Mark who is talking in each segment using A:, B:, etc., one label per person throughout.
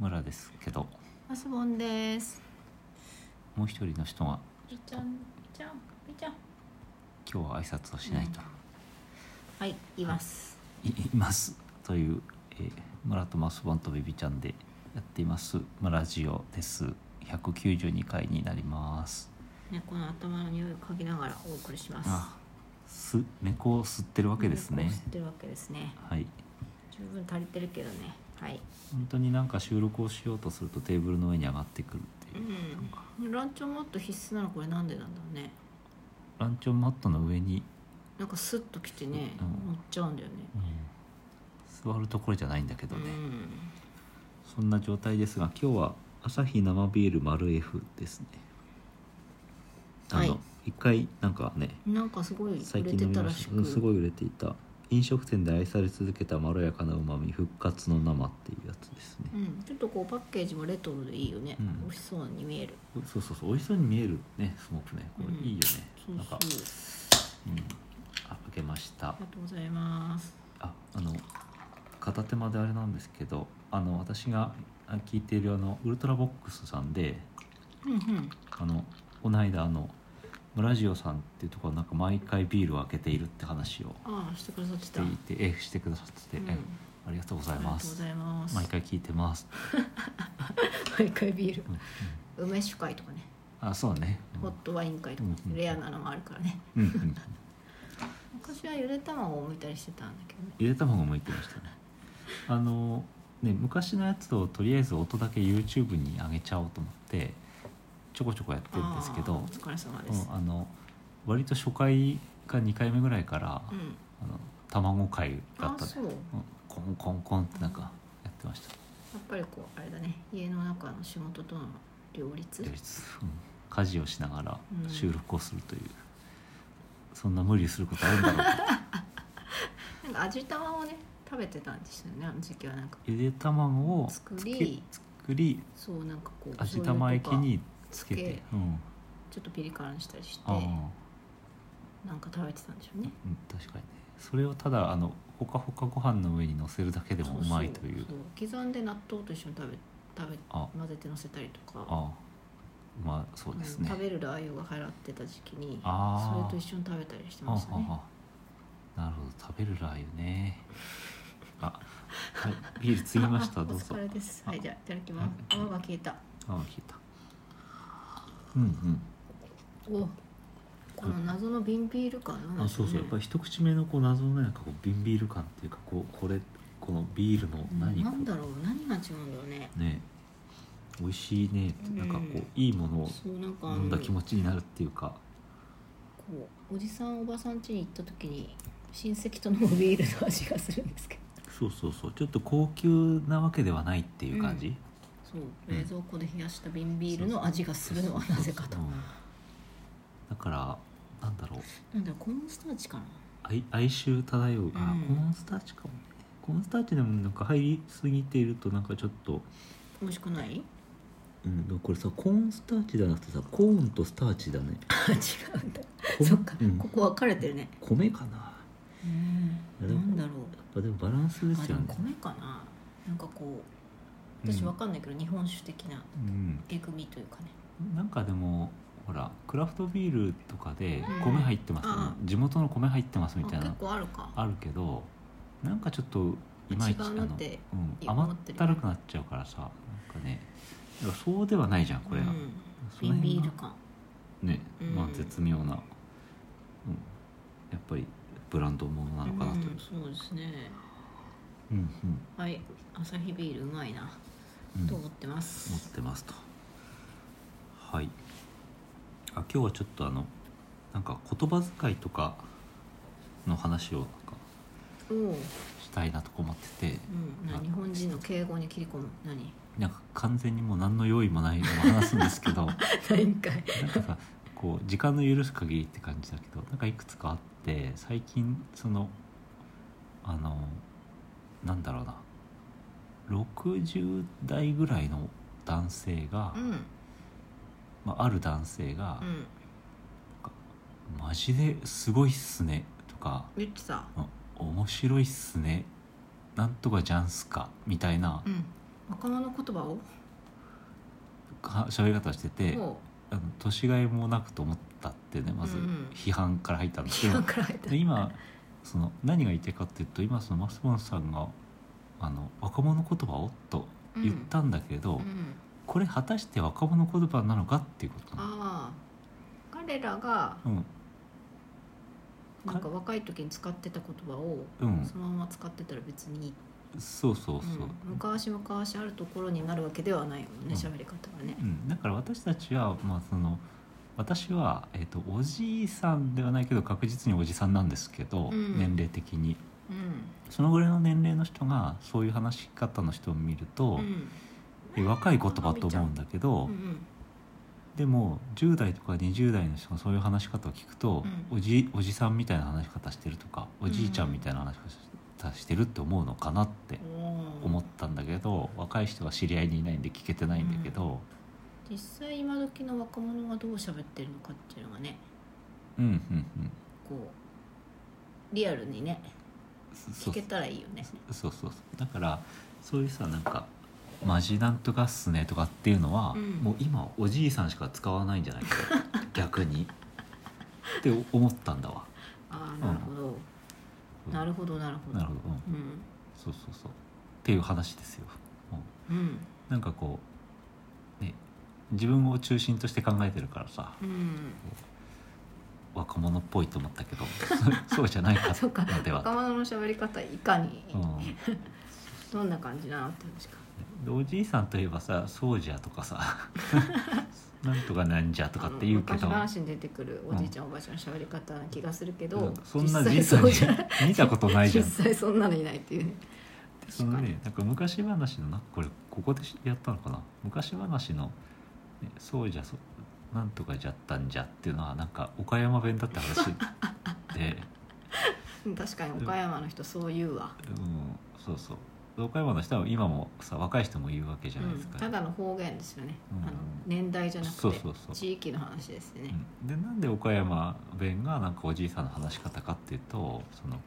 A: 村ですけど
B: マスボンです。
A: もう一人の人が
B: いちゃん、いちゃん、いちゃん。
A: 今日は挨拶をしないと、
B: はい、います。
A: いいますという、えー村とマスボンとビビちゃんでやっています村ジオです192回になります
B: 猫の頭の匂いを嗅ぎながらお送りします。
A: あす猫を吸ってるわけですね
B: 猫を吸ってるわけですね。
A: はい
B: 十分足りてるけどね。はい。
A: 本当になんか収録をしようとするとテーブルの上に上がってくるっていう、
B: うん。ランチョンマット必須なのこれなんでなんだろうね。
A: ランチョンマットの上に、
B: なんかスッと来てね、
A: うん
B: 乗っちゃうんだよね。
A: うん座るところじゃないんだけど
B: う
A: ね、
B: ん。
A: そんな状態ですが今日は朝日生ビール丸 F ですねあの、
B: はい
A: 一回なんかね
B: なんかすごい売
A: 最
B: れ
A: 近
B: て
A: 飲み
B: た
A: ま
B: ら
A: し
B: したく。
A: うんすごい売れていた飲食店で愛され続けたまろやかなうまみ復活の生っていうやつですね
B: う、ん、ちょっとこうパッケージもレトロでいいよね、
A: うん
B: 美味しそうに見える
A: そうそうそう美味しそうに見えるねすごくねこれ
B: うん
A: いいよね、
B: そう
A: なん
B: そ
A: か
B: う、
A: うん、あ開けました
B: ありがとうございます
A: ああの片手間であれなんですけどあの私があ聞いているあのウルトラボックスさんで
B: うんうん
A: あのこの間あの村ジオさんっていうところなんか毎回ビールを開けているって話を
B: ああしてくださって
A: して
B: た
A: いてえしてくださってて、
B: うん
A: えありがとうございま
B: ありがとう
A: す
B: ございます
A: 毎回聞いてます、
B: 毎回ビール
A: うんうん
B: 梅酒会とかね
A: あそうね
B: ホットワイン会とか
A: うん
B: レアなのもあるからね
A: うんうんうん
B: 昔はゆで卵を剥いたりしてたんだけどね
A: ゆで卵もいてましたねあのね昔のやつをとりあえず音だけ YouTube に上げちゃおうと思ってちょこちょこやってるんですけ
B: ああ
A: ど
B: お疲れ様で
A: う
B: す
A: ん、あの割と初回か2回目ぐらいから、
B: うん、
A: あの卵会だった
B: ああ
A: んで、
B: そうやっ
A: うんコンコンコンってなんかやってました
B: ぱりこうあれだね家の中の仕事との両立
A: 両立うん家事をしながら
B: うん
A: 収録をするという、そんな無理することあるんだろう か
B: なんか味玉をね食べてたんですよねあの時期はなんか
A: ゆで卵を
B: 作り
A: つけ作り
B: そうなんかこう
A: 味玉液につ
B: つ
A: け
B: け
A: て
B: て
A: うん、
B: ちょっとピリ辛にしたりして
A: ああ、
B: なんか食べてたんでしょうね
A: うん、確かにねそれをただあのほかほかご飯の上に乗せるだけでもうまいという
B: そそそ刻んで納豆と一緒に食べ食べ
A: あ
B: 混ぜてのせたりとか
A: ああまあそうですね、
B: 食べるラー油が流行ってた時期にそ
A: ああ
B: れと一緒に食べたりして
A: あ
B: ましたね
A: あなるほど食べるラー油ねあはいビールつぎました
B: あ
A: どうぞ
B: お疲れですはいじゃあいただきます
A: あ
B: 泡が消えた
A: あ聞いたうんうん
B: おこの謎の瓶ビール感
A: あそうそうやっぱり一口目のこう謎のねなんかこう瓶ビール感っていうかこうこれこのビールの何
B: 何な
A: こ
B: んだろう何が違うんだろうね
A: うね美味しいねって
B: うん
A: なんかこういいものを
B: そうなんかあ
A: 飲
B: の
A: んだ気持ちになるっていうか
B: こうおじさんおばさん家に行った時に親戚と飲むビールの味がするんですけど
A: そうそうそうちょっと高級なわけではないっていう感じ、
B: うんそう冷蔵庫で冷やした瓶ビールの味がするのはなぜかと
A: うんだからなんだろう
B: なんだろうコーンスターチかな
A: 哀哀愁漂う、あ
B: うん
A: コーンスターチかもねコーンスターチでもなんか入りすぎているとなんかちょっと、
B: 美味しくない
A: うん、でもこれさコーンスターチじゃなくてさコーンとスターチだね
B: あ違うんだ
A: こん
B: そっか、
A: うん
B: ここ分かれてるね
A: 米かな
B: う
A: うんん
B: なんだろう
A: あでもバランスで
B: あ
A: す
B: で
A: よ
B: も
A: ね
B: 米かななんかこう
A: うん
B: 私分かんないけど、日本酒的な
A: うん、
B: えぐみというかね
A: なんかでもほらクラフトビールとかで
B: うん
A: 米入ってます、
B: あ
A: 地元の米入ってますみ
B: あ
A: たい
B: 結
A: な
B: 構あるか
A: あるけどなんかちょっといまいち
B: 違
A: あ
B: う
A: の、
B: な
A: う
B: って
A: ん、
B: 思
A: 甘
B: っ
A: って
B: る
A: たるくなっちゃうからさなんかねだからそうではないじゃんこれ
B: う
A: が、
B: ん、
A: その
B: 瓶
A: 辺
B: ビ
A: が
B: ール感
A: ね、
B: うん
A: まあ絶妙な、うん、やっぱりブランドものなのかなという
B: うん、そうですね
A: うんうん
B: はい朝日ビールうまいな、
A: うん
B: と
A: 持
B: 思ってます
A: ってますとはいあ今日はちょっとあのなんか言葉遣いとかの話をなんか
B: おおう、
A: したいなとか思ってて
B: うん、な日本人の敬語に切り込む何
A: なんか完全にもう何の用意もないのを話すんですけ どなんか
B: 何回
A: さこう時間の許す限りって感じだけどなんかいくつかあって最近そのあのなんだろうな60代ぐらいの男性が、
B: うん
A: まあ、ある男性が
B: うん
A: 「マジですごいっすね」とか
B: 言ってた
A: 「あ面白いっすね」「なんとかじゃんすか」みたいな
B: うん若者言葉を
A: か喋り方してて
B: も
A: あの年がいもなくと思ったってねまず
B: うんうん
A: 批判から入ったん
B: う
A: ですけ
B: 批
A: ど、
B: 判から入った
A: で今その何が言いたいかっていうと今そのマスボンさんがあの若者言葉をと言ったんだけど、
B: うん、
A: これ果たして若者言葉なのかっていうことなの
B: ああ彼らが
A: うん
B: なんか若い時に使ってた言葉を
A: うん
B: そのまま使ってたら別にいい、
A: そうそう
B: う
A: そ
B: ん
A: う、
B: 昔々あるところになるわけではないもん
A: うん
B: ね喋り方がね
A: う、ん、だから私たちは、まあ、その私は、えっとおじいさんではないけど確実におじさんなんですけど、
B: うん
A: 年齢的に
B: うん
A: そのぐらいの年齢の人がそういう話し方の人を見ると、
B: うん
A: え若い言葉と思うんだけど、
B: うんうん
A: でも10代とか20代の人がそういう話し方を聞くと、
B: う
A: おじおじさんみたいな話し方してるとかおじいちゃんみたいな話し方してるって思うのかなって
B: おー
A: 思ったんだけど若い人は知り合いにいないんで聞けてないんだけど、
B: 実際今時の若者がどう喋ってるのかっていうのがね
A: うん、うんうん
B: こうリアルにね
A: そ
B: 聞
A: う
B: けたらいいよね
A: そうそうそうだからそういうさなんか「マジなんとかっすね」とかっていうのは、
B: うん
A: もう今おじいさんしか使わないんじゃない か逆にって思ったんだわ
B: ああなるほど、
A: うん
B: なるほどなるほど
A: なるほど、うん
B: うん
A: そうそうそうっていう話ですよ、うん
B: うん
A: なんかこうね自分を中心として考えてるからさ
B: うん
A: 若者っぽいと思ったけど そうそうじゃないか
B: そうか
A: の で
B: 若
A: は、
B: 者の喋り方いかに
A: うん
B: どんな感じなのって話か
A: でおじいさんといえばさ「そうじゃ」とかさ 「なんとかなんじゃ」とかって言うけ
B: あ
A: ど
B: の昔話に出てくるおじいちゃん、おばあちゃんの喋り方な気がするけど、
A: なんかそんなじ
B: 実
A: いさんに
B: 際そうじゃな い
A: 見たことないじ
B: 実
A: ゃん
B: 際そんなのいないっていうね
A: そのねなんか昔話のなこれここでやったのかな昔話の、ねそうじゃそうなんとかじゃったんじゃ」っていうのはなんか岡山弁だった話 で。
B: うん確かに岡山の人そう言うわ、
A: うん、そうそう岡山の人は今もさ若い人も言うわけじゃないです
B: うん
A: か、
B: ただの方言ですよね、
A: うん
B: あの年代じゃなくて
A: そうそうそう
B: 地域の話ですね、
A: うんでなんで岡山弁がなんかおじいさんの話し方かっていうとそのえっ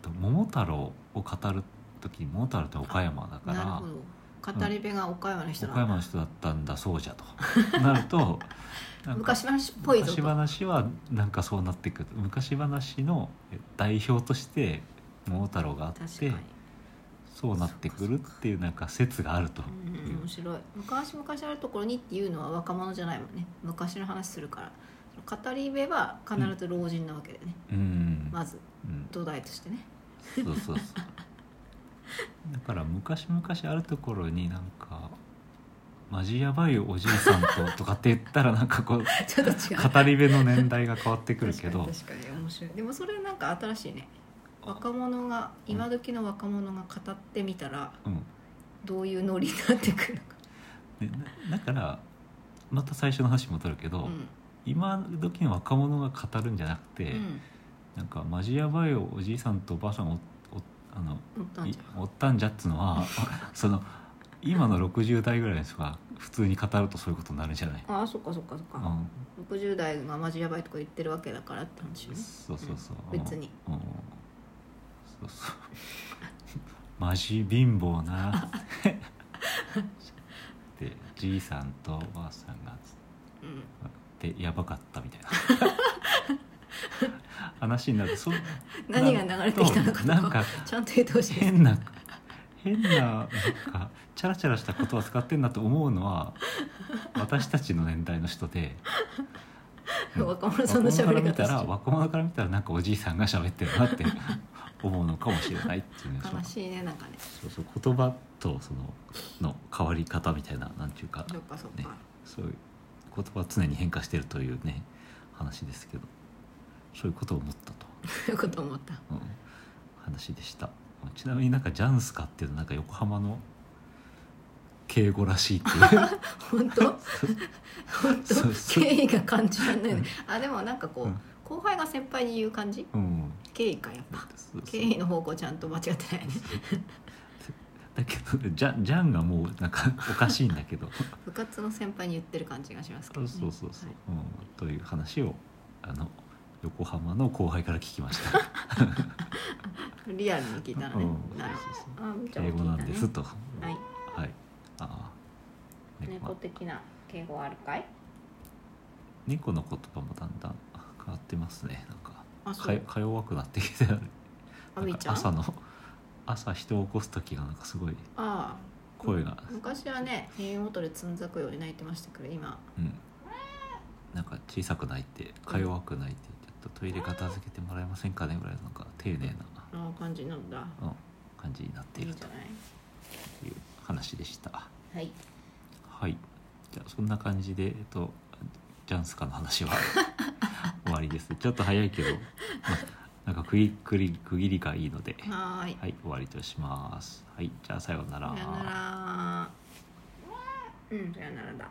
A: と桃太郎を語る時に桃太郎って岡山だか
B: なる
A: ら
B: ほど語り部が岡山の人なん
A: 岡
B: だ
A: 山の人だったんだそうじゃと なるとなんか
B: 昔話っぽいぞ
A: 昔
B: と
A: 話はなんかそうなってくる昔話の代表として桃太郎があっ
B: 確か
A: て
B: に、
A: そうなってくるっていうなんか説があると
B: うん、面白い昔昔あるところにっていうのは若者じゃないもんね昔の話するから語り部は必ず老人なわけでね、
A: うん、
B: まず
A: うん、
B: 土台として ね
A: そうそうそうだから昔々あるところになんか「マジやばいおじいさんと」とかって言ったらなんかこう
B: ちょっと違う
A: 語り部の年代が変わってくるけど
B: 確かに確かに面白いでもそれなんか新しいね若者が今時の若者が語ってみたら
A: うん
B: どういうノリになってくるのか、
A: でなだからまた最初の話に戻るけど、
B: うん
A: 今時の若者が語るんじゃなくて、
B: うん
A: なんか「マジやばいおじいさんとおばあさんおおあの
B: 思ったん
A: い
B: じゃ
A: おったんじゃ」っつうの はその今の60代ぐらいの人が普通に語るとそういうことになるんじゃない、
B: ああそっかそっかそっ
A: う
B: か、
A: ん、
B: 60代がマジやばいとか言ってるわけだからって話よね
A: そうそうそう、
B: うん別に
A: うんそうそうマジ貧乏 なでじいさんとおばあさんがつ
B: うん
A: ってやばかったみたいな 話になるそう
B: 何が流れてきたのかと
A: な
B: か
A: んか
B: ちゃんと言ってほしいです
A: 変な変ななんかチャラチャラした言葉使ってんなと思うのは私たちの年代の人でうん
B: 若者さ
A: 若
B: んの
A: 者
B: 喋
A: から
B: り
A: 見た
B: 方
A: ら若者から見たらなんかおじいさんが喋ってるなって思うのかもしれないっていうねそう
B: 悲しいねなんかね
A: そうそう言葉とそのの変わり方みたいななんていうか
B: そっかそっ
A: ね
B: か、
A: そういう言葉は常に変化してるというね話ですけどそういうことを思ったと、
B: そういうこと 思った
A: うん、話でしたちなみになんかジャンスカっていうのはなんか横浜の敬語らしいっていう
B: 本当本当
A: そうそう
B: 敬意が感じられないねあでもなんかこう、
A: うん
B: 後輩が先輩に言う感じ
A: うん
B: 敬意かやっぱ
A: そうそう
B: 敬意の方向ちゃんと間違ってないね
A: だけどジャンジャンがもうなんかおかしいんだけど
B: 部活の先輩に言ってる感じがしますけ
A: そ
B: ど、
A: う
B: ね、
A: そうそうそう、う
B: はい
A: ん、という話をあの横浜の後輩から聞きました。
B: リアルに聞いたらね、
A: うん
B: なる
A: そうそう
B: ほどあじゃあ
A: 英語なんですと。
B: はい
A: はい
B: 猫的な敬語はあるかい
A: 猫の言葉もだんだん変わってますねなんか
B: あそ
A: か
B: う
A: か弱くなってきてなんか
B: あみーちゃん
A: 朝
B: あ
A: の朝人を起こす時がなんかすごい
B: あ
A: 声が、
B: 昔はね耳元でつんざくように泣いてましたけど今
A: うん、なんか小さく泣いてか弱く泣いてちょっとトイレ片付けてもらえませんかねぐらいのなんか丁寧な
B: ああ感じなんだ
A: うん感じになって
B: い
A: い
B: い
A: る
B: じゃない
A: という話でした
B: はい
A: はいじゃあそんな感じでえっとジャンスカの話は 終わりですちょっと早いけど、まあ、なんか区切区切り区切りがいいので
B: はーい
A: はい終わりとしますはいじゃあさよう
B: さよならうんさよならだ